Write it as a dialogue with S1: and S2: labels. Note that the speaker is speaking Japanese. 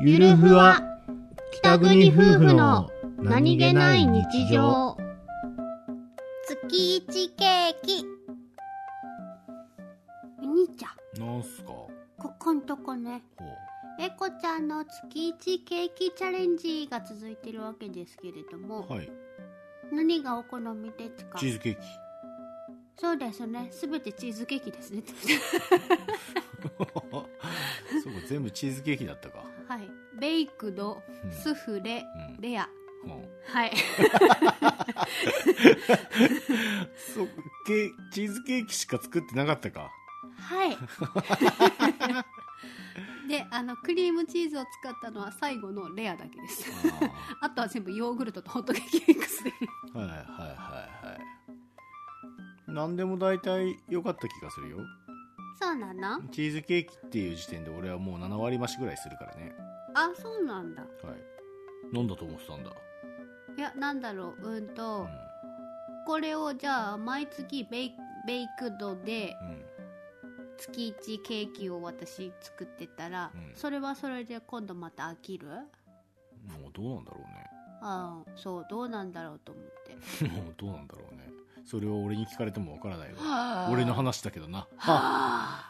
S1: ゆるふわ北国夫婦の
S2: 月一ケーキお兄ちゃん
S1: なんすかほ
S2: ここんとこね
S1: う
S2: エコちゃんの月一ケーキチャレンジが続いてるわけですけれども、
S1: はい
S2: 何がお好みですか
S1: チーズケーキ
S2: そうですねすべてチーズケーキですね
S1: そうか全部チーズケーキだったか
S2: はいベイクド
S1: うん
S2: スフレ、
S1: うん
S2: レア
S1: うん
S2: はい
S1: そうけチーズケーキしか作ってなかった か
S2: はい。 で、あの、クリームチーズを使ったのは最後のレアだけです。あとは全部ヨーグルトとホットケーキミックスで。
S1: あーはいはいはいはい何でも大体良かった気がするよ
S2: そうなの
S1: チーズケーキっていう時点で俺はもう7割増しぐらいするからね
S2: あ、そうなんだ。
S1: はい何だと思ってたんだ、
S2: いや、なんだろう。うん
S1: う
S2: と、
S1: ん
S2: これをじゃあ、毎月ベイベイクドで
S1: うん、
S2: 月1ケーキを私作ってたら、
S1: うん
S2: それはそれで今度また飽きる
S1: もうどうなんだろうね
S2: ああ、そう、どうなんだろうと思って。
S1: もうどうなんだろうねそれを俺に聞かれてもわからないわ
S2: はあ
S1: 俺の話だけどな
S2: はあ